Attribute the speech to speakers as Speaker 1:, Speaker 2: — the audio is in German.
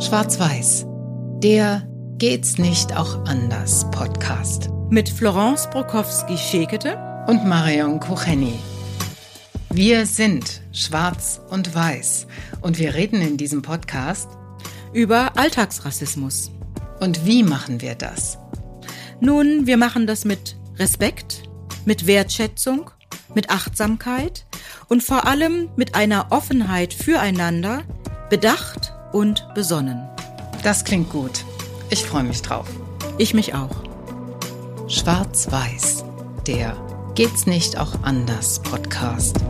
Speaker 1: Schwarz-Weiß, der Geht's nicht auch anders Podcast
Speaker 2: mit Florence Brokowski-Schekete.
Speaker 1: und Marion Kucheni. Wir sind Schwarz und Weiß und wir reden in diesem Podcast.
Speaker 2: über Alltagsrassismus.
Speaker 1: Und wie machen wir das?
Speaker 2: Nun, wir machen das mit Respekt, mit Wertschätzung, mit Achtsamkeit und vor allem mit einer Offenheit füreinander, bedacht und besonnen.
Speaker 1: Das klingt gut. Ich freue mich drauf.
Speaker 2: Ich mich auch.
Speaker 1: Schwarz-Weiß, der Geht's nicht auch anders Podcast.